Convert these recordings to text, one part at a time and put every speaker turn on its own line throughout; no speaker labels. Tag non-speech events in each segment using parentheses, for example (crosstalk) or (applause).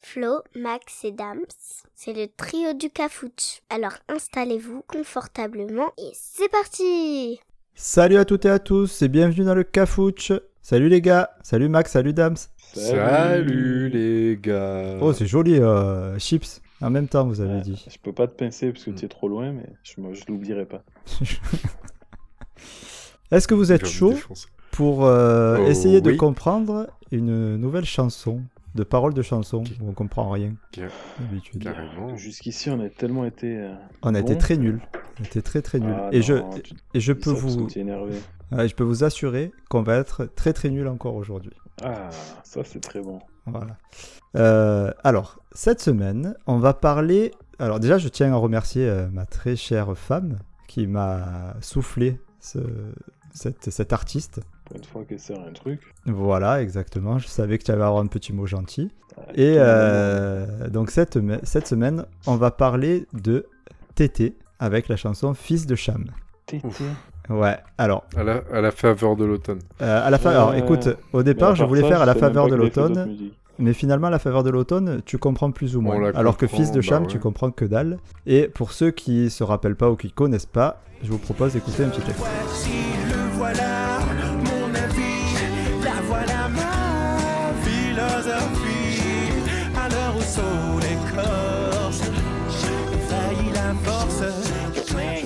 Flo, Max et Dams. C'est le trio du Cafout. Alors installez-vous confortablement et c'est parti
Salut à toutes et à tous et bienvenue dans le Cafouche. Salut les gars, salut Max, salut Dams.
Salut les gars.
Oh, c'est joli, euh, chips. En même temps, vous avez
Ouais,
dit.
Euh,
(laughs)
Je peux pas te pincer
Mm.
parce que tu es trop loin, mais je, me- je l'oublierai pas.
Est-ce que vous êtes
J'ai envie de
chaud
défoncer.
pour euh,
Oh,
essayer de
oui.
comprendre une nouvelle chanson, de paroles de chanson
Qui-
où on comprend rien
qui-
d'habitude.
Carrément.
Jusqu'ici, on a tellement été. euh,
On a été
Bon.
très nuls. On était très très nuls.
ah
et,
non,
je,
tu dis
et je
ça
peux
parce que
vous,
t'es énervé.
ouais, je peux vous assurer qu'on va être très très nuls encore aujourd'hui.
Ah, ça c'est très bon.
Voilà. Euh, alors, cette semaine, on va parler. Alors, déjà, je tiens à remercier euh, ma très chère femme qui m'a soufflé ce, cette- cet artiste.
Pour une fois que sert un truc.
Voilà, exactement. Je savais que tu allais avoir un petit mot gentil.
ah,
Et
tout le
euh, donc, cette, me- cette semaine, on va parler de Tété avec la chanson Fils de Cham.
monde-
Ouf.
Ouais, alors,
À la, à la faveur de l'automne.
euh, à la fin,
Ouais,
alors
ouais,
écoute,
ouais.
au
Mais
départ, je
part
voulais
ça,
faire à la
savais même
faveur
pas
de
qu'il avait fait
l'automne.
d'autres musiques.
Mais finalement, à la faveur de l'automne, tu comprends plus ou moins.
On la
Alors que
comprend,
Fils de Cham,
bah ouais.
tu comprends que dalle. Et pour ceux qui se rappellent pas ou qui connaissent pas, je vous propose d'écouter un petit texte.
Voici le voilà, mon avis, la voilà ma philosophie. À l'heure où sont les corses, j'ai failli la force.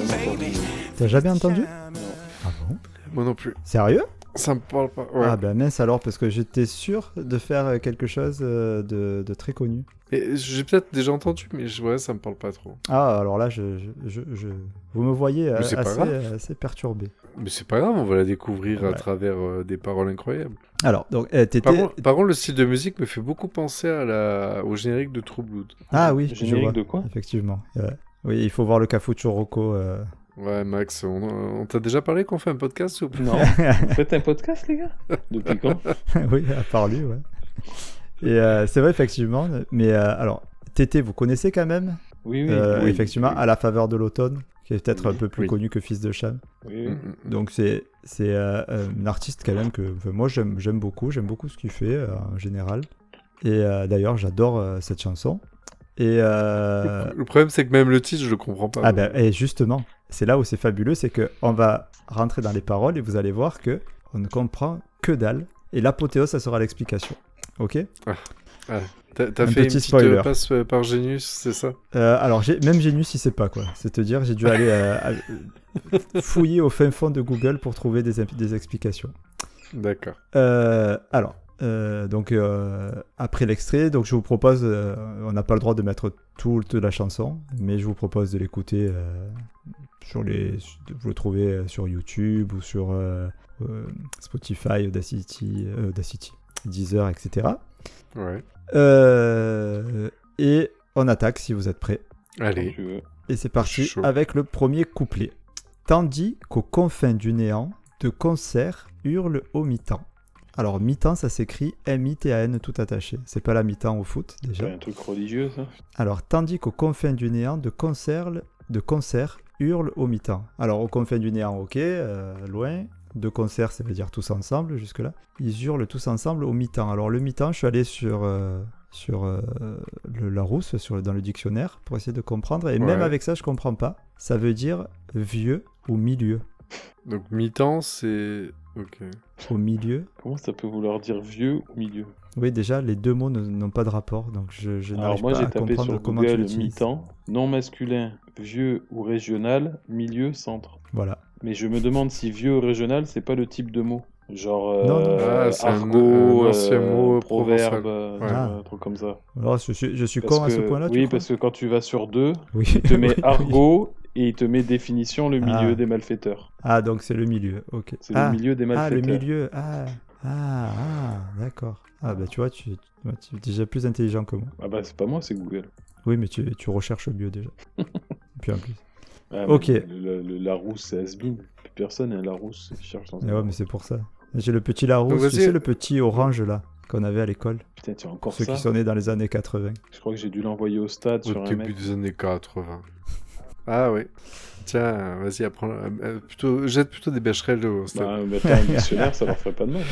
T'as jamais entendu Ah bon
Moi non plus.
Sérieux
Ça me parle pas. Ouais.
Ah ben mince alors, parce que j'étais sûr de faire euh, quelque chose euh, de, de très connu.
Et J'ai peut-être déjà entendu, mais je- ouais, ça me parle pas trop.
Ah, alors là, je, je- je- je- vous me voyez euh,
Mais c'est
assez,
pas grave.
assez perturbé.
Mais c'est pas grave, on va la découvrir à
Ouais.
travers euh, des paroles incroyables.
Alors, donc, euh,
Par
t'étais...
contre, par contre, le style de musique me fait beaucoup penser à la... au générique de True Blood.
Ah oui, je
Générique
vois.
de quoi
Effectivement. ouais. Oui, il faut voir le Cafucho Rocco. euh.
Ouais, Max, on, on t'a déjà parlé qu'on fait un podcast ou (laughs)
Non. Vous faites un podcast, les
(laughs)
gars Depuis quand
oui, à part lui, ouais. Et euh, c'est vrai, effectivement. Mais euh, alors, Tété, vous connaissez quand même
Oui, oui.
Euh,
oui,
Effectivement,
oui,
à la faveur de l'automne, qui est peut-être un peu plus
Oui.
connu que Fils de Cham.
oui, oui.
Mm, mm,
Donc, c'est c'est euh, euh, un artiste quand même que enfin, moi, j'aime j'aime beaucoup. J'aime beaucoup ce qu'il fait euh, en général. Et euh, d'ailleurs, j'adore euh, cette chanson. Et, euh,
mm. Le problème, c'est que même le titre, je le comprends pas.
ah ben, et justement, c'est là où c'est fabuleux, c'est que on va rentrer dans les paroles et vous allez voir que on ne comprend que dalle. Et l'apothéose, ça sera l'explication. Ok
T'as t'as
un
fait
petit
une petite
spoiler.
euh, passe euh, par Genius, c'est ça
Euh, alors, j'ai- même Genius, il sait pas quoi. C'est te dire, j'ai dû aller euh, à- euh, fouiller au fin fond de Google pour trouver des, imp- des explications.
D'accord.
Euh, alors, euh, donc euh, après l'extrait, donc je vous propose, euh, on n'a pas le droit de mettre toute la chanson, mais je vous propose de l'écouter euh, sur les, de vous le trouvez euh, sur YouTube ou sur euh, euh, Spotify, Audacity, euh, Audacity, Deezer, etc.
Ouais.
Euh, et on attaque si vous êtes prêts.
Quand
Allez.
tu veux.
Et c'est parti
Chaud.
avec le premier couplet. Tandis qu'aux confins du néant, de concert hurle au mi-temps. Alors mi-temps, ça s'écrit M-I-T-A-N tout attaché. C'est pas la mi-temps au foot déjà.
C'est un truc religieux, ça
Alors tandis qu'aux confins du néant, de concert, de concert hurle au mi-temps. Alors aux confins du néant, ok, euh, loin. De concert, ça veut dire tous ensemble jusque-là. Ils hurlent tous ensemble au mi-temps. Alors le mi-temps, je suis allé sur euh, sur euh, le Larousse, sur le- dans le dictionnaire, pour essayer de comprendre. Et même
Ouais.
avec ça, je comprends pas. Ça veut dire vieux au milieu.
Donc, mi-temps, c'est. Ok.
Au milieu.
Comment ça peut vouloir dire vieux au milieu
Oui, déjà, les deux mots ne- n'ont pas de rapport, donc je, je
Alors
n'arrive
moi
pas
j'ai
à
tapé
comprendre
sur
comment tu
Google
l'utilises.
mi-temps, non masculin, vieux ou régional, milieu, centre.
Voilà.
Mais je me demande si vieux ou régional c'est pas le type de mot. Genre euh,
Non, non.
Ah, c'est un-
argot,
un ancien
euh,
mot provençal.
proverbe, euh,
Ouais.
genre, un truc comme ça.
Alors, je, suis- je suis
Parce
con à
que-
ce point-là. Ah. tu
Oui,
crois
parce que quand tu vas
(laughs)
sur deux,
Oui.
il te
oui,
met
oui.
argot et il te met définition le
Ah.
milieu des malfaiteurs.
Ah, donc c'est le milieu, ok.
C'est
ah,
le milieu des
ah, le
malfaiteurs.
milieu, ah, ah, ah, d'accord. Ah, bah tu vois, tu, tu- tu es déjà plus intelligent que moi.
Ah bah c'est pas moi, c'est Google.
Oui, mais tu, tu recherches mieux
(laughs)
déjà. Et puis en plus.
Ah, mais
Ok.
Le, le Larousse, c'est Asbin. Personne n'a Larousse. Je cherche dans
Mais
un-
ouais, mais c'est pour ça. J'ai le petit Larousse,
Donc,
tu
vas-y.
sais, le petit orange là, qu'on avait à l'école.
Putain, tu as encore
Ceux
ça.
qui sont nés dans les années 80.
Je crois que j'ai dû l'envoyer au stade
Au
sur un
début
mec.
des années 80. Ah oui. Tiens, vas-y, apprends. euh, euh, hein,
euh,
(laughs)
plutôt, jette plutôt des bécherelles au stade.
Bah, mettre un dictionnaire, ça leur ferait pas de mal.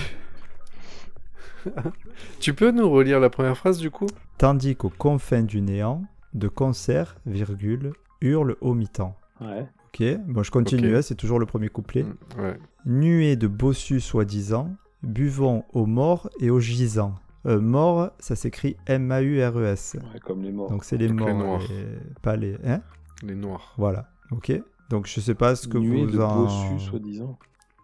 Tu peux nous relire la première phrase du coup
Tandis qu'aux confins du néant, de concert, virgule, hurle au mi-temps.
Ouais.
Ok, bon, je continue,
Ok.
hein, c'est toujours le premier couplet.
Mm, Ouais.
Nuée de bossus soi-disant, buvons aux morts et aux gisants. Euh, morts, ça s'écrit M-A-U-R-E-S.
ouais, comme les morts.
E Donc c'est les
Donc les
morts,
noirs.
et pas les. Hein
Les noirs.
voilà, ok. Donc je sais pas ce que
Nuée
vous
de
en.
bossus, soi-disant.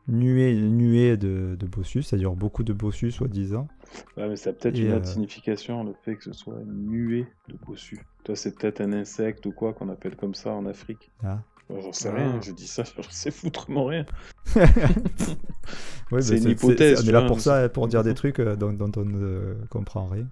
nuée, nuée de, de bossus, c'est-à-dire beaucoup de bossus soi-disant.
Ouais, mais ça a peut-être
Et,
une autre
euh,
signification, le fait que ce soit une nuée de bossus. Toi, c'est peut-être un insecte ou quoi qu'on appelle comme ça en Afrique.
Ah.
Ouais, J'en sais
Ah.
rien, je dis ça, (laughs) j'en sais foutrement rien.
Ouais,
C'est
bah,
une hypothèse,
c'est- on
tu
est là
vois,
pour
mais
ça,
c'est-
hein,
(laughs)
pour dire des trucs euh, dont, dont on ne comprend rien.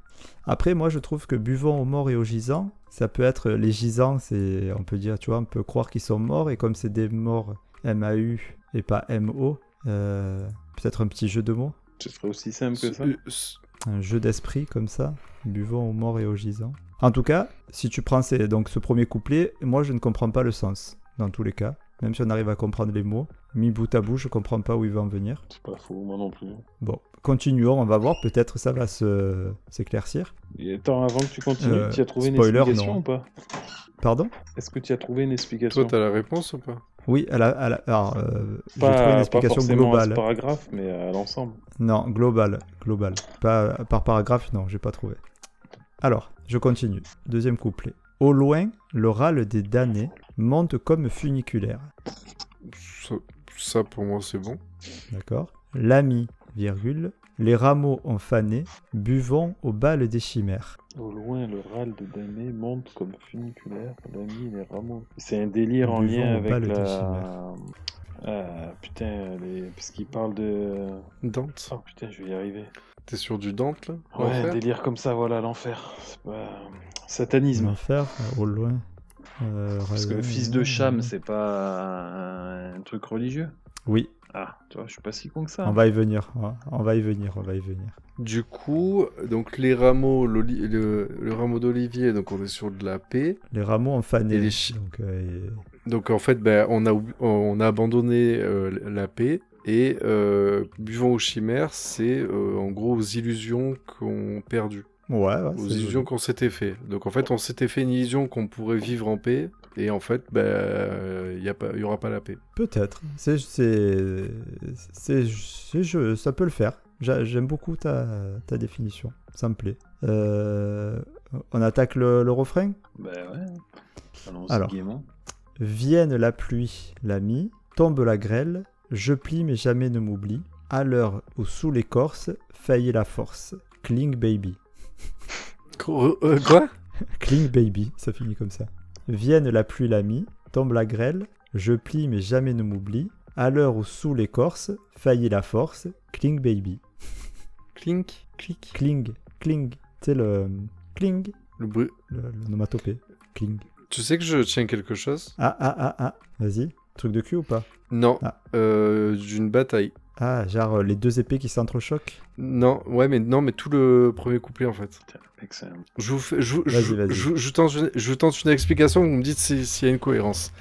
Après, moi, je trouve que buvons aux morts et aux gisants, ça peut être les gisants, c'est, on peut dire, tu vois, on peut croire qu'ils sont morts, et comme c'est des morts M-A-U et pas M-O, euh, peut-être un petit jeu de mots,
Ce serait aussi simple que ça.
Euh, s-
un jeu d'esprit comme ça. Buvons aux morts et aux gisants. En tout cas, si tu prends ces- donc ce premier couplet, moi, je ne comprends pas le sens, dans tous les cas. Même si on arrive à comprendre les mots, mis bout à bout, je comprends pas où il va en venir.
C'est pas faux, moi non plus.
Bon, continuons, on va voir, peut-être ça va se s'éclaircir.
Et attends, avant que tu continues,
Euh,
tu as trouvé une
spoiler,
explication
non.
ou pas
Pardon
Est-ce que tu as trouvé une
Toi,
explication
t'as la réponse ou pas
Oui, à la, à la- alors, euh, j'ai
pas,
trouvé une
pas
explication
forcément à ce
globale.
paragraphe, mais euh, à l'ensemble.
Non, globale, globale. Pas par paragraphe, non, j'ai pas trouvé. Alors, je continue. Deuxième couplet. Au loin, le râle des damnés monte comme funiculaire.
ça, ça, pour moi, c'est bon.
D'accord L'ami, virgule, les rameaux ont fané, buvons aux balles des chimères.
Au loin, le râle de Damé monte comme funiculaire, Dami les rameaux. C'est un délire en
Buvons
lien
au bal
avec
de
la...
chimère.
Ah, putain, les... parce qu'il parle de...
Dante.
Oh putain, je vais y arriver.
T'es sûr du Dante là
Ouais,
L'enfer
délire comme ça, voilà, l'enfer. C'est pas... Satanisme.
L'enfer, au loin. euh,
Parce que
râle-
fils de Cham, c'est pas un truc religieux
Oui,
Ah, tu vois, je suis pas si con que ça.
on va y venir, ouais, on va y venir, on va y venir.
Du coup, donc les rameaux, l'oli- le, le rameau d'olivier, donc on est sur de la paix.
Les rameaux en fané.
Et les chi-
donc, euh,
Donc en fait, ben, on, a, oub- on a abandonné euh, la paix. Et euh, buvons aux chimères, c'est euh, en gros aux illusions qu'on perdu,
et- Ouais, ouais.
aux
c'est-
illusions qu'on s'était fait. Donc en fait, on s'était fait une illusion qu'on pourrait vivre en paix, et en fait, ben, euh, y a pas, y aura pas la paix.
Peut-être. C'est, c'est, c'est, c'est jeu- ça peut le faire. J'a- J'aime beaucoup ta, ta définition. Ça me plaît. Euh, on attaque le, le refrain.
Ben ouais. Allons-y
Alors.
gaiement.
Vienne la pluie, l'ami. Tombe la grêle. Je plie mais jamais ne m'oublie. À l'heure où sous l'écorce faillit la force. Cling baby.
Qu- euh, quoi
Cling baby, ça finit comme ça. Vienne la pluie l'ami, tombe la grêle, je plie mais jamais ne m'oublie. À l'heure où sous l'écorce faillit la force, cling baby.
Clink, clic.
Cling, cling, tu sais le cling,
Le bruit.
le- l'onomatopée. Cling.
Tu sais que je tiens quelque chose
Ah ah ah ah, vas-y, truc de cul ou pas
Non,
Ah.
euh, d'une bataille.
Ah, genre euh, les deux épées qui s'entrechoquent
Non, ouais, mais non, mais tout le premier couplet en fait.
Putain, le mec, c'est un-
Je vous, fais- je, vous-
Vas-y,
je-
vas-y.
je- je tente, une- je tente une explication. Vous me dites si- s'il y a une cohérence.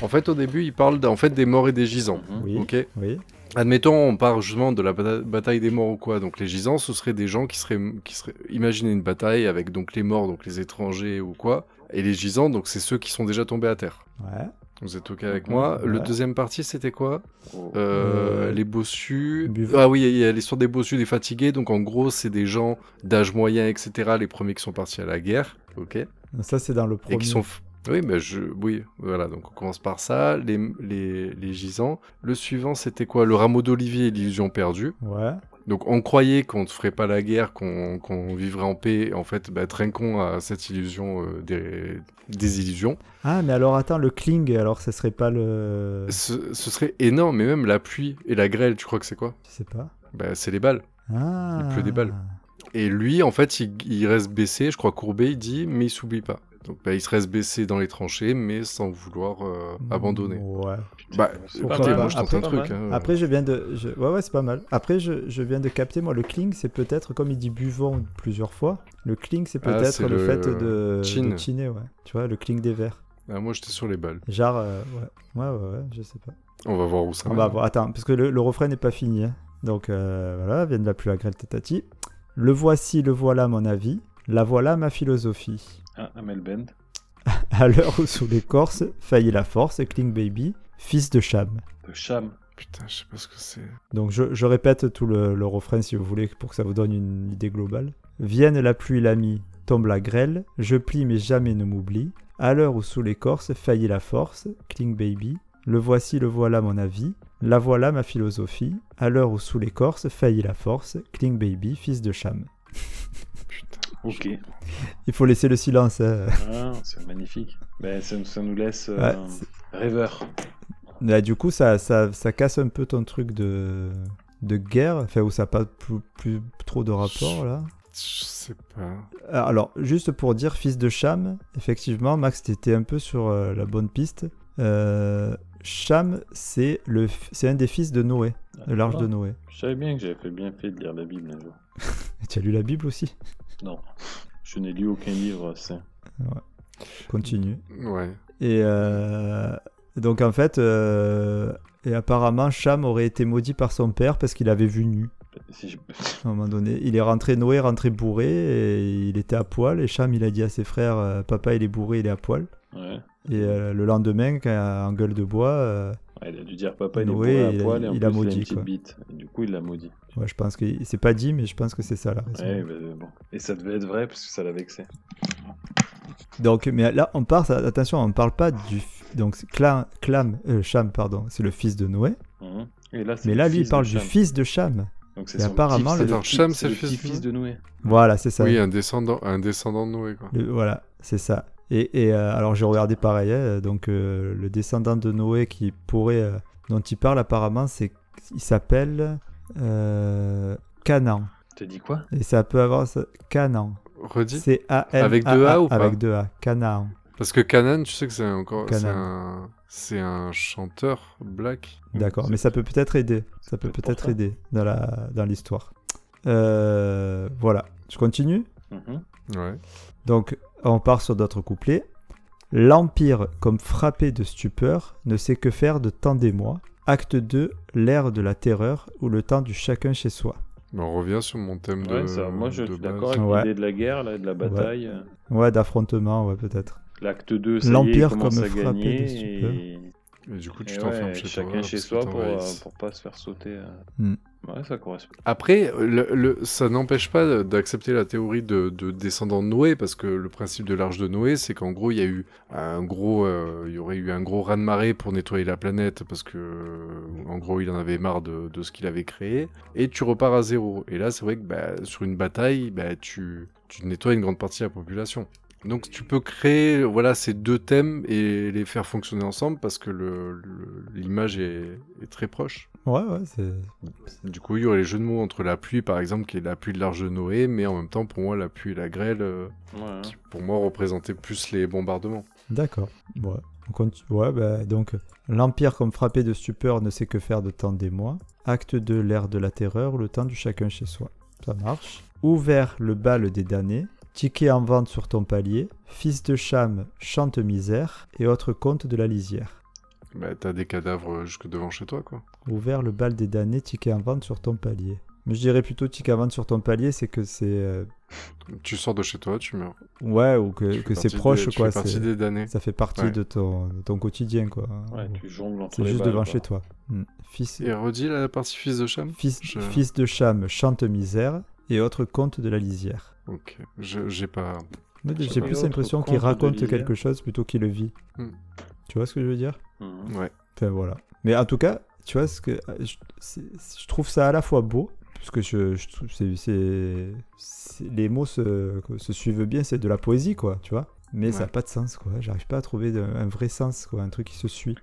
En fait, au début, il parle d'- en fait des morts et des gisants.
Mhm.
Oui.
Ok.
Oui,
Admettons, on part justement de la bata- bataille des morts ou quoi. Donc les gisants, ce seraient des gens qui seraient, qui seraient, imaginez une bataille avec donc les morts, donc les étrangers ou quoi. Et les gisants, donc c'est ceux qui sont déjà tombés à terre.
ouais.
Vous êtes ok avec moi Le
Ouais.
deuxième partie, c'était quoi
Oh.
Euh,
Euh,
les bossus.
Buv-
Ah oui, il y a l'histoire des bossus, des fatigués. Donc en gros, c'est des gens d'âge moyen, etc. Les premiers qui sont partis à la guerre, ok,
Ça c'est dans le premier.
et qui sont. f- Oui, mais je, oui, voilà. Donc on commence par ça. Les, les, les gisants. Le suivant, c'était quoi Le rameau d'olivier et l'illusion perdue.
Ouais,
Donc on croyait qu'on ne ferait pas la guerre, qu'on qu'on vivrait en paix. En fait, bah, trinquons à cette illusion euh, des, des illusions.
Ah mais alors attends, le cling, alors ça serait pas le... Je
Ce, ce serait énorme. Et même la pluie et la grêle, tu crois que c'est quoi
sais pas.
bah, C'est les balles.
Ah
Il pleut des balles. Et lui, en fait, il, il reste baissé, je crois courbé, il dit, mais il s'oublie pas. Donc bah, il se reste baissé dans les tranchées, mais sans vouloir euh, abandonner.
Mmh. Ouais.
Putain,
Bah,
c'est
pourquoi
pas mal.
pas
moi je tente
Après,
un
pas
truc.
mal.
hein.
Après, je viens de. je- Ouais, ouais, c'est pas mal. Après, je, je viens de capter, moi, le cling, c'est peut-être, comme il dit buvons plusieurs fois, le cling, c'est
Ah,
peut-être
c'est
le,
le
fait de,
chin.
de chiner, ouais. Tu vois, le cling des verres.
Ah, moi, j'étais sur les balles.
Genre, euh, ouais. ouais, ouais, ouais, je sais pas. Bah,
On va voir où ça
On
va.
va voir, attends, parce que le, le refrain n'est pas fini. hein. Donc, euh, voilà, vient de la pluie à grêle tétati. Le voici, le voilà mon avis, la voilà ma philosophie.
Ah, Amel Bend.
À l'heure où sous l'écorce faillit la force, Kling Baby, fils de Cham.
De Cham.
Putain, je sais pas ce que c'est.
Donc je, je répète tout le, le refrain si vous voulez pour que ça vous donne une idée globale. Vienne la pluie, l'ami, tombe la grêle, je plie mais jamais ne m'oublie. À l'heure où sous l'écorce faillit la force, Kling Baby, le voici, le voilà mon avis, la voilà ma philosophie. À l'heure où sous l'écorce faillit la force, Kling Baby, fils de Cham.
Ok.
Il faut laisser le silence. hein.
Ah, c'est magnifique. Ben, ça, ça nous laisse euh,
Ouais, c'est-
rêveurs.
Là, ah, du coup, ça, ça, ça casse un peu ton truc de, de guerre, enfin, où ça n'a pas plus, plus trop de rapport, là.
Je sais pas.
Ah, Alors, juste pour dire, fils de Cham, effectivement, Max, t'étais un peu sur euh, la bonne piste. Euh, Cham, c'est le f- c'est un des fils de Noé, de l'arche de Noé.
Je savais bien que j'avais fait bien fait de lire la Bible un jour.
Et tu as lu la Bible aussi
Non. Je n'ai lu aucun livre saint.
Continue.
Ouais.
Et euh, donc, en fait, euh, et apparemment, Cham aurait été maudit par son père parce qu'il avait vu nu.
Si je-
À un moment donné, il est rentré, Noé est rentré bourré, et il était à poil, et Cham, il a dit à ses frères, euh, papa, il est bourré, il est à poil.
(laughs) Ouais.
Et euh, le lendemain, quand, en gueule de bois, euh,
Ouais, il a dû dire papa, il est
Oui,
bourré
il
à
a-
poil et en
il
plus,
a
il a
maudit,
une petite
quoi.
bite. Et du coup, il l'a maudit.
ouais, je pense qu'il s'est pas dit, mais je pense que c'est ça la raison.
Ouais, ben, bon. Et ça devait être vrai parce que ça l'a vexé.
Donc, mais là, on parle, attention, on parle pas du. f- Donc, c'est Clam, Clam euh, Cham, pardon, c'est le fils de Noé.
Mhm. Et là, c'est
Mais
le
là, lui,
fils
il parle
de
du
Cham.
fils de Cham.
Donc c'est
Et
son
apparemment,
petit-
le-
petit-
Cham, c'est le fils de
petit-fils de Noé.
Voilà, c'est ça.
Oui, euh. un descendant, un descendant de Noé, quoi.
Le- voilà, c'est ça. Et, et, euh, alors j'ai regardé pareil, hein, donc euh, le descendant de Noé qui pourrait, euh, dont il parle apparemment, c'est, il s'appelle euh, Canaan.
T'as dit quoi
Et ça peut avoir ça- Canaan.
Redis.
C'est A N
Avec deux A ou pas
Avec deux A. Canaan.
Parce que Canaan, tu sais que c'est encore, c'est
Canaan.
un, c'est un chanteur black.
D'accord.
c'est-
Mais ça peut peut-être aider. Ça peut
peut-être pour
peut-être
ça.
aider dans la dans l'histoire. Euh, voilà. Je continue.
Mhm.
Ouais.
Donc, on part sur d'autres couplets. L'Empire, comme frappé de stupeur, ne sait que faire de tant des mois. Acte 2, l'ère de la terreur ou le temps du chacun chez soi.
Mais on revient sur mon thème
Ouais,
de.
ça, moi je
Euh, de
suis
base.
d'accord avec
Ouais.
l'idée de la guerre, là, de la bataille. euh,
Ouais, d'affrontement, ouais, peut-être.
L'acte 2, ça y est, il
L'Empire
commence
comme
à
frappé
gagner.
de stupeur.
Et...
Et du coup, tu
et
t'enfermes
ouais,
chez toi.
chacun chez
parce que
soi
t'en
pour, euh,
raisses.
pour pas se faire sauter. euh.
Hmm.
Ouais, ça correspond.
Après, le, le- ça n'empêche pas d'accepter la théorie de, de descendant de Noé, parce que le principe de l'arche de Noé, c'est qu'en gros, il y a eu un gros, euh, il y aurait eu un gros raz-de-marée pour nettoyer la planète, parce que, euh, en gros, il en avait marre de, de ce qu'il avait créé, et tu repars à zéro. Et là, c'est vrai que bah, sur une bataille, bah, tu, tu nettoies une grande partie de la population. Donc tu peux créer voilà ces deux thèmes et les faire fonctionner ensemble parce que le- le- l'image est- est très proche.
Ouais, ouais, c'est.
Du coup, il y aurait les jeux de mots entre la pluie, par exemple, qui est la pluie de l'arche de Noé, mais en même temps, pour moi, la pluie et la grêle, euh,
Ouais, hein.
qui pour moi représentaient plus les bombardements.
D'accord. Ouais. On continue. Ouais, bah, donc, l'Empire, comme frappé de stupeur, ne sait que faire de tant des mois. Acte 2, l'ère de la terreur, le temps du chacun chez soi. Ça marche. Ouvert le bal des damnés. Ticket en vente sur ton palier. Fils de Cham, chante misère. Et autres contes de la lisière.
Bah, t'as des cadavres jusque devant chez toi, quoi.
Ouvert le bal des damnés, ticket en vente sur ton palier. Mais je dirais plutôt ticket en vente sur ton palier, c'est que c'est. euh,
Tu sors de chez toi, tu meurs.
Ouais, ou
Tu
que,
fais
Euh, que c'est
partie
proche,
des-
quoi.
Tu fais
c'est-
partie des damnés.
Ça fait partie
Ouais.
de, ton, de ton quotidien, quoi.
Ouais, tu jongles entre
C'est
les
juste
balles,
devant
quoi.
chez toi. Hmm. Fils,
Et redis la partie fils de
euh,
Cham
fils,
je-
fils de Cham, chante misère et autres contes de la lisière.
Ok, Je- j'ai pas...
Mais
Je sais
J'ai
pas.
plus
Et
l'impression
autres
qu'il
contes de
raconte
lisière.
quelque chose plutôt qu'il le vit.
Hmm.
Tu vois ce que je veux dire
Mhm.
Ouais.
Enfin voilà. Mais en tout cas, tu vois ce que je, c'est- je trouve ça à la fois beau parce que je, je trouve c'est, c'est- c'est- les mots se, se suivent bien, c'est de la poésie quoi, tu vois. Mais ça
Ouais.
n'a pas de sens quoi. J'arrive pas à trouver de- un vrai sens quoi, un truc qui se suit.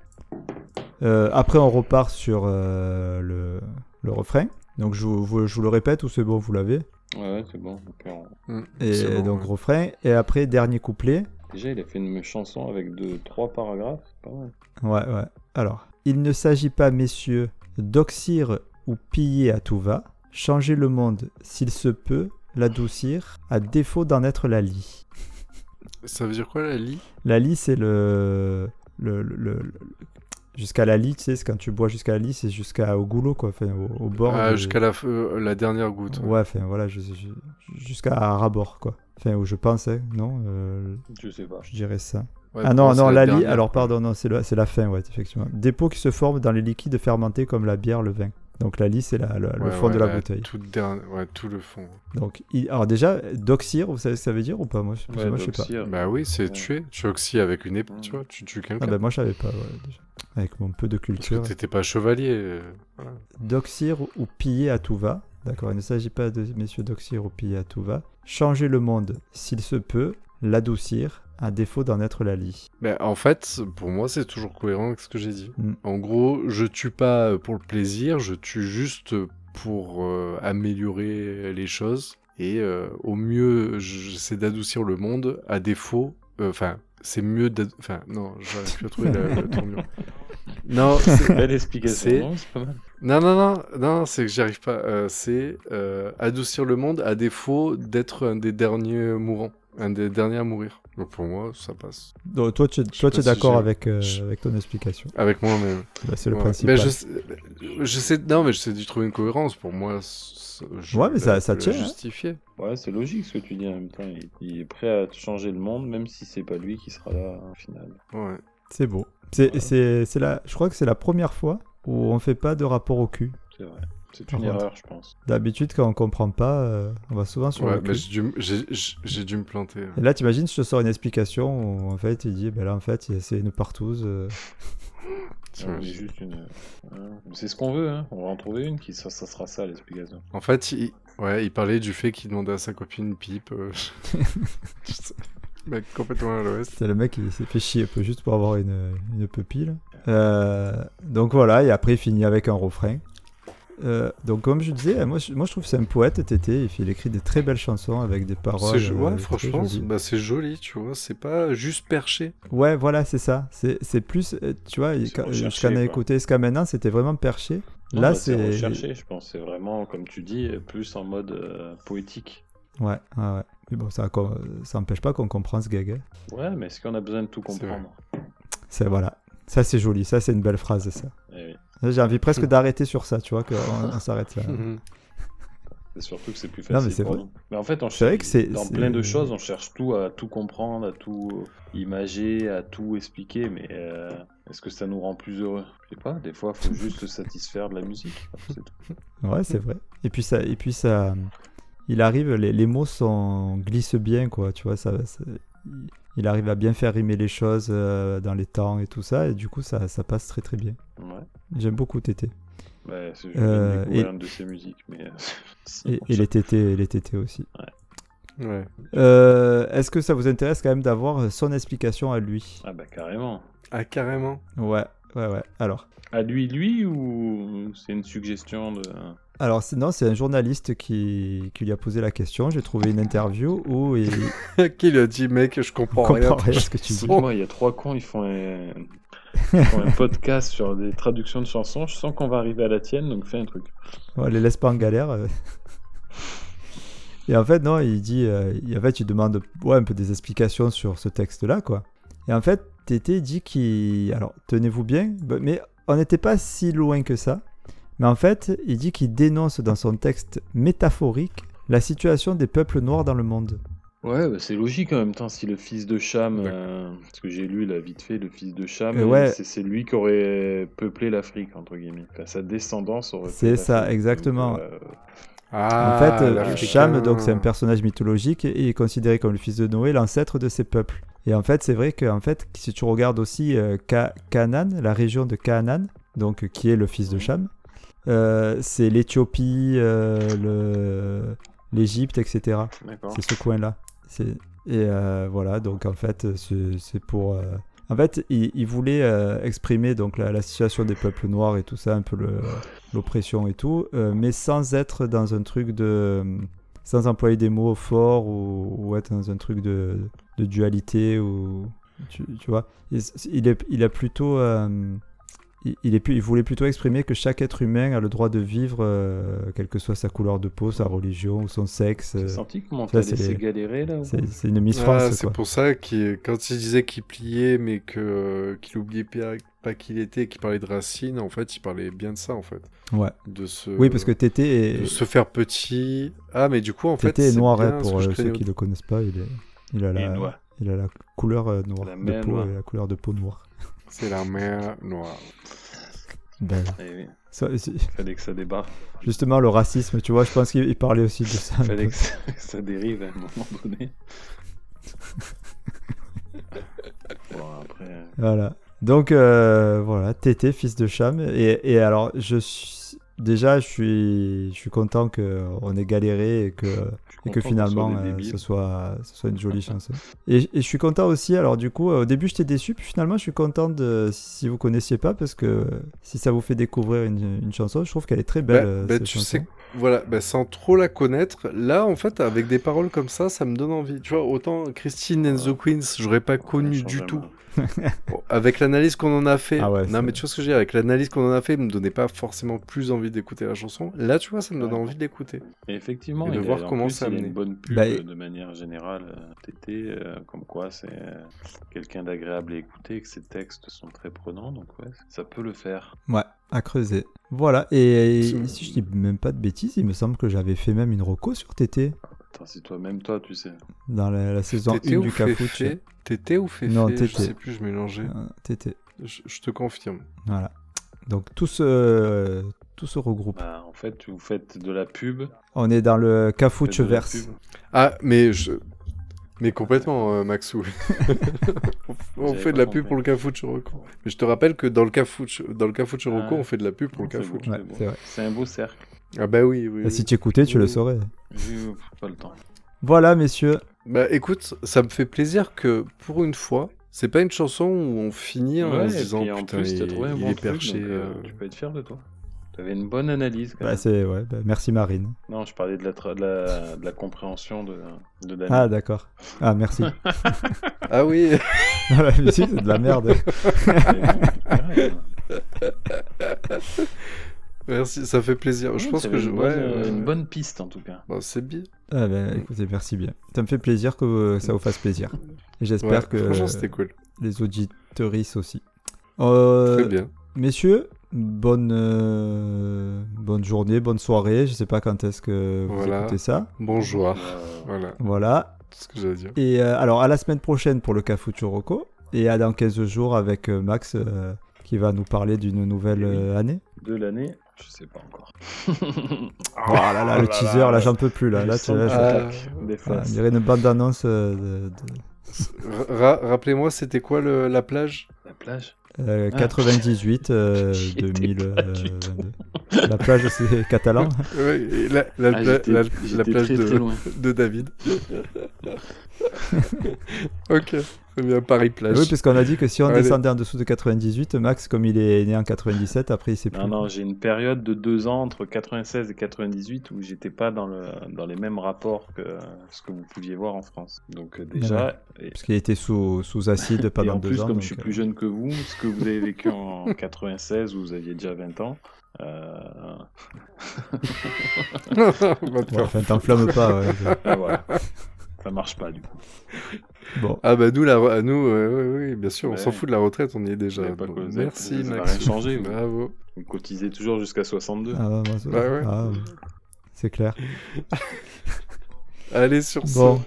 Euh, après, on repart sur euh, le, le refrain. Donc je vous, vous- je vous le répète ou c'est bon, vous l'avez.
Ouais, ouais, c'est bon. Ok, on-
Hmm,
Et
c'est bon,
donc
ouais.
refrain. Et après dernier couplet.
Déjà, il a fait une chanson avec deux, trois paragraphes, c'est pas mal.
Ouais, ouais. Alors, il ne s'agit pas, messieurs, d'oxyre ou piller à tout va, changer le monde, s'il se peut, l'adoucir, à défaut d'en être la lie.
Ça veut dire quoi, la lie
La lie, c'est le... le, le- le- le- jusqu'à la lit, tu sais, c'est quand tu bois jusqu'à la lit, c'est jusqu'au goulot, quoi, enfin, au, au bord.
Ah,
de-
Jusqu'à la, f- euh, la dernière goutte.
Ouais, enfin, voilà, je- je- jusqu'à rabord, quoi. Enfin, où je pense, hein, non euh,
Je sais pas.
Je dirais ça.
Ouais,
ah
pour
non,
moi, c'est
non, la lit,
dernière.
alors pardon, non, c'est la, c'est la fin, ouais, effectivement. Dépôts qui se forment dans les liquides fermentés comme la bière, le vin. Donc la lit, c'est la- la- le
Ouais,
fond
ouais,
de la bouteille.
Toute dernière- ouais, tout le fond.
Donc, il- alors déjà, doxir, vous savez ce que ça veut dire ou pas Moi, je, parce que moi, je sais pas.
euh,
Bah oui, c'est
Ouais.
tuer. Tu oxy avec une épée,
Mm.
tu vois. Tu tues
Ah
quelqu'un.
ben moi, je savais pas, ouais, déjà. Avec mon peu de
Parce que
culture.
t'étais pas chevalier. euh, voilà.
Doxir ou piller à tout va. D'accord, il ne s'agit pas de messieurs doxir ou piller à tout va. Changer le monde, s'il se peut, l'adoucir, à défaut d'en être la lie.
Mais en fait, pour moi, c'est toujours cohérent avec ce que j'ai dit.
Mm.
En gros, je tue pas pour le plaisir, je tue juste pour euh, améliorer les choses. Et euh, au mieux, j'essaie d'adoucir le monde, à défaut. euh, Enfin, c'est mieux d'ad- Enfin, non, j'arrive plus à trouver la, la tournure. (laughs) Non, c'est-
Belle
(laughs) C'est-
explication. non C'est pas mal.
non, non, non, non, c'est que j'y arrive pas. Euh, c'est euh, adoucir le monde à défaut d'être un des derniers mourants, un des derniers à mourir. Donc pour moi, ça passe.
Donc, toi, tu, toi,
pas
tu es
si
d'accord
j'ai-
avec, euh,
Je-
avec ton explication.
Avec moi-même.
Bah, c'est le
Ouais.
principe.
Mais je, sais- je sais, non, mais j'essaie d'y trouver une cohérence. Pour moi, c- je
Ouais, mais ça-
la-
ça
la
tient, hein.
Justifié.
Ouais, c'est logique ce que tu dis en même temps. Il, il est prêt à te changer le monde, même si c'est pas lui qui sera là hein, au final.
Ouais.
C'est beau. C'est,
Voilà.
c'est, c'est la, je crois que c'est la première fois où on fait pas de rapport au cul.
C'est vrai. C'est
Par
une
contre.
erreur, je pense.
D'habitude, quand on comprend pas, euh, on va souvent sur
Ouais,
le
mais
cul.
j'ai dû, m- j'ai- j'ai- j'ai dû me planter. hein,
Et là, t'imagines, je te sors une explication où en fait, il dit, ben là, en fait, c'est une partouze. euh.
On est juste une. hein. C'est ce qu'on veut, hein. On va en trouver une qui ça, ça sera ça l'explication.
En fait, il, ouais, il parlait du fait qu'il demandait à sa copine une
(laughs)
pipe. euh, (laughs) je sais. Mec, complètement à l'ouest.
C'est le mec qui s'est fait chier un peu juste pour avoir une, une pupille. Euh, donc voilà, et après il finit avec un refrain. Euh, donc comme je disais, moi je, moi, je trouve que c'est un poète Tété, il, fait- il écrit des très belles chansons avec des paroles.
C'est jo-
euh,
ouais,
très
franchement,
jolies.
c'est- bah, c'est joli, tu vois. C'est pas juste perché.
Ouais, voilà, c'est ça. C'est c'est plus, euh, tu vois,
C'est
quand-
recherché,
jusqu'à
quoi.
écouté jusqu'à maintenant, c'était vraiment perché.
Non,
Là,
bah,
c'est.
recherché, je pense. C'est vraiment, comme tu dis, plus en mode euh, poétique.
Ouais, ouais, ouais. Mais bon, ça com- ça n'empêche pas qu'on comprend ce gag. hein.
Ouais, mais est-ce qu'on a besoin de tout
C'est vrai.
comprendre
C'est voilà. Ça, c'est joli. Ça, c'est une belle phrase, ça.
Eh oui.
Là, J'ai envie
(laughs)
presque d'arrêter sur ça, tu vois, qu'on on s'arrête là.
Mhm.
C'est surtout que c'est plus
Non, mais
facile.
c'est
pour
vrai.
nous. mais en fait, on
C'est vrai
cherche
que c'est-
dans
c'est-
plein de choses, on cherche tout à tout comprendre, à tout imager, à tout expliquer. Mais euh, est-ce que ça nous rend plus heureux Je sais pas. Des
(laughs)
fois, faut juste se satisfaire de la musique. quoi, c'est tout.
Ouais, c'est vrai. Et puis ça, et puis ça, il arrive, les, les mots sont glissent bien, quoi. Tu vois, ça, ça- il arrive à bien faire rimer les choses euh, dans les temps et tout ça, et du coup, ça, ça passe très très bien.
Ouais.
J'aime beaucoup Tété.
Bah, c'est je
Euh,
viens de découvrir
et-
une de ces musiques, mais euh, (laughs) c'est
Et,
pour
et
ça.
les Tétés, les Tétés aussi.
(laughs) Ouais.
Euh, Est-ce que ça vous intéresse quand même d'avoir son explication à lui
Ah bah carrément.
Ah, carrément. (laughs)
Ouais, ouais, ouais. Alors.
À lui, lui ou c'est une suggestion de.
Alors c'est- non, c'est un journaliste qui, qui lui a posé la question. J'ai trouvé une interview où il
Qui lui a dit, mec, je comprends,
comprend
rien.
rien à ce que
(laughs)
tu dis. euh,
Excuse-moi, il y a trois cons, ils font un, ils font un podcast sur des traductions de chansons. Je sens qu'on va arriver à la tienne, donc fais un truc.
On les laisse pas en galère. euh. Et en fait, non, il dit, euh, il- en fait, il demande ouais, un peu des explications sur ce texte-là, quoi. Et en fait, Tété dit qu'il, alors tenez-vous bien, bah, mais on n'était pas si loin que ça. Mais en fait, il dit qu'il dénonce dans son texte métaphorique la situation des peuples noirs dans le monde.
Ouais, bah, c'est logique en même temps. Si le fils de Cham,
D'accord.
euh, parce que j'ai lu là vite fait, le fils de Cham,
Euh, ouais.
c'est c'est lui qui aurait peuplé l'Afrique, entre guillemets. Enfin, sa descendance aurait.
C'est
peuplé
ça,
l'Afrique.
exactement.
Donc, euh,
Ah,
En fait, euh,
l'Africain.
Cham, donc c'est un personnage mythologique et il est considéré comme le fils de Noé, l'ancêtre de ces peuples. Et en fait, c'est vrai que en fait, si tu regardes aussi euh, Ca- Canaan, la région de Canaan, donc euh, qui est le fils de Cham, euh, c'est l'Éthiopie, euh, le- l'Égypte, etc.
D'accord.
C'est ce coin-là. C'est- Et euh, voilà, donc en fait, c'est c'est pour. euh, En fait, il, il voulait euh, exprimer donc la, la situation des peuples noirs et tout ça, un peu le- l'oppression et tout, euh, mais sans être dans un truc de. sans employer des mots forts ou, ou être dans un truc de, de dualité ou. Tu, tu vois il, il est, il a plutôt. euh, il, il est plus, il voulait plutôt exprimer que chaque être humain a le droit de vivre, euh, quelle que soit sa couleur de peau, sa religion ou son sexe. euh,
T'as senti comment
ça,
t'as
c'est
laissé
les-
galérer là ou
C'est c'est une Miss
Ah,
France,
c'est
quoi.
pour ça que quand il disait qu'il pliait, mais que euh, qu'il oubliait pas, pas qu'il était, qu'il parlait de racines, en fait, il parlait bien de ça, en fait,
Ouais.
de se.
Oui, parce que Tété
de
est,
se faire petit. Ah, mais du coup, en fait,
Tété est
c'est
noir,
bien
hein,
ce
pour
que je
euh, ceux
craignais.
qui ne le connaissent pas. Il, est- il a,
Et
la,
noix.
il a la couleur euh, noire
La
de
mer
peau
noire.
et la couleur de peau noire.
C'est la mer noire.
Ben,
Eh oui,
ça, c'est-
fallait que ça débarque,
justement, le racisme, tu vois, je pense qu'il il parlait aussi de ça. un
fallait
peu.
que ça, que ça dérive à un moment donné. (laughs) bon, après, euh,
Voilà. Donc euh, voilà, Tété, fils de Cham. Et, et alors, je suis- déjà, je suis, je suis content qu'on ait galéré et que,
je suis
et que
content qu'on soit
finalement,
des
euh,
débiles.
ce, soit, ce soit une jolie chanson. Et, et je suis content aussi. Alors du coup, euh, au début, j'étais déçu, puis finalement, je suis content de, si vous connaissiez pas, parce que euh, si ça vous fait découvrir une, une chanson, je trouve qu'elle est très belle.
Bah,
euh,
bah,
cette
tu
chanson.
sais, voilà, bah, sans trop la connaître, là, en fait, avec des paroles comme ça, ça me donne envie. Tu vois, autant Christine and the Queens, j'aurais pas connu
Ça change
du tout.
jamais.
Bon, Avec l'analyse qu'on en a fait,
Ah ouais,
non
c'est-
mais tu vois ce que je veux dire, avec l'analyse qu'on en a fait, il me donnait pas forcément plus envie d'écouter la chanson. Là, tu vois, ça me donne
Ouais.
envie de l'écouter.
Et effectivement,
Et de
il a-
voir
en
comment
plus,
ça
il a
amenait.
une bonne pub
Bah,
euh,
et-
de manière générale. euh, Tété, euh, comme quoi c'est euh, quelqu'un d'agréable à écouter, que ses textes sont très prenants, donc ouais, ça peut le faire.
Ouais, à creuser. Voilà, et,
C'est-
si je dis même pas de bêtises, il me semble que j'avais fait même une reco sur Tété
Attends, c'est toi-même toi, tu sais.
dans la, la saison 1
Tété ou
du Cafouche.
Féfé Tété ou Féfé
Non,
Je
Tété.
sais plus, je mélangeais.
Euh, Tété.
Je, je te confirme.
Voilà. Donc tout se, tout se regroupe.
Bah, en fait, vous faites de la pub. vous
On est dans le
faites
cafouche
de la
verse.
pub,
Ah, mais je... Mais complètement, euh, Maxou. on
J'avais
fait
pas
de la pub
compris.
pour le Cafouche Rocco. Mais je te rappelle que dans le Cafouche, dans le Cafouche Rocco,
Ah.
on fait de la pub pour le
c'est beau,
Cafouche.
c'est
Ouais,
beau.
c'est vrai.
C'est un beau cercle.
Ah bah oui, oui.
Et
oui.
si tu écoutais, tu le
Oui.
saurais.
J'ai eu pas le temps.
Voilà, messieurs.
Bah écoute, ça me fait plaisir que pour une fois, c'est pas une chanson où on finit en
Ouais,
se
et
disant
puis en
putain,
plus,
il,
t'as trouvé un
il
bon
est
truc,
perché.
donc, euh,
euh.
Tu peux être fier de toi. T'avais une bonne analyse. Quand
Bah,
même.
c'est, ouais, bah, merci Marine.
Non, je parlais de la, tra- de la, de la compréhension de, de Dany.
Ah, d'accord. Ah, merci. (laughs)
Ah oui, (laughs)
Non, la musique, c'est de la merde. Ah,
(laughs) Mais non, pareil, hein.
merci, ça fait plaisir. je
Ouais,
pense que
t'avais
je...
une
ouais,
bonne, euh,
euh,
une bonne piste en tout cas.
bah, c'est bien.
Ah, bah, écoutez, merci bien. Ça me fait plaisir que euh, ça vous fasse plaisir. Et j'espère
Ouais, Franchement,
que
c'était cool.
les auditeuristes aussi. Euh,
Très bien.
Messieurs, bonne, euh, bonne journée, bonne soirée. Je sais pas quand est-ce que vous
Voilà.
écoutez ça.
Bonjour.
Euh,
Voilà,
Voilà.
c'est ce que j'allais dire.
Et euh, alors, à la semaine prochaine pour le cas Futuroko. Et à dans 15 jours avec euh, Max euh, qui va nous parler d'une nouvelle
Eh oui.
euh, année.
de l'année, je sais pas encore.
Oh là là, le teaser, là, j'en peux plus. (laughs) Là,
Il
là, tu,
semble-
là, je-
Ah,
Euh,
Des
voilà, on
faces.
dirait une bande d'annonce euh, de, de-
ra- ra- Rappelez-moi, c'était quoi le- la plage
La plage.
euh,
Ah.
98
(laughs)
euh,
J'étais
2022. La plage,
(laughs)
c'est catalan.
Ouais, et La la-
Ah,
la-
j'étais-
la-
j'étais
la plage
très,
(laughs)
très
de
loin. (laughs)
de David. Ok, très bien, Paris-Plage.
Ah Oui, puisqu'on a dit que si on
Allez.
descendait en dessous de 98, Max, comme il est né en 97, après il sait plus.
Non, non, j'ai une période de deux ans entre 96 et 98 où j'étais pas dans, le, dans les mêmes rapports que ce que vous pouviez voir en France. Donc euh, déjà, et,
Parce qu'il était sous, sous acide
et
pendant
en
deux
plus,
ans.
comme
donc,
je suis
euh,
plus jeune que vous, ce que vous avez vécu en 96 où vous aviez déjà 20 ans, euh,
On (laughs) va te
bon,
faire
enfin, t'enflamme pas. ouais,
(laughs)
je-
et
(laughs)
ah, voilà. ça marche pas du coup.
Bon,
Ah bah nous, la, re- ah, nous euh, oui, oui, bien sûr, on
Ouais.
s'en fout de la retraite, on y est déjà.
Mais pas
Donc,
que vous êtes-
Merci
vous avez
Max.
rien changé, vous.
Bravo.
Vous cotisez toujours jusqu'à 62.
Ah, ouais, moi, ça-
Bah ouais.
ah, ouais. c'est
(laughs)
clair.
Allez sur
Bon,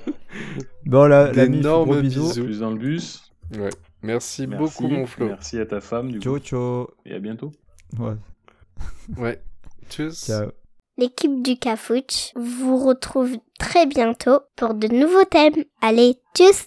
bon la, la mif,
D'énormes
gros bisous.
bisous.
Plus dans le bus.
ce. Ouais. Merci,
Merci.
beaucoup mon Flo.
Merci à ta femme du
Ciao,
coup.
ciao.
Et à bientôt.
Ouais,
Ouais. Tchuss.
ciao.
L'équipe du Cafouche vous retrouve très bientôt pour de nouveaux thèmes. Allez, tchuss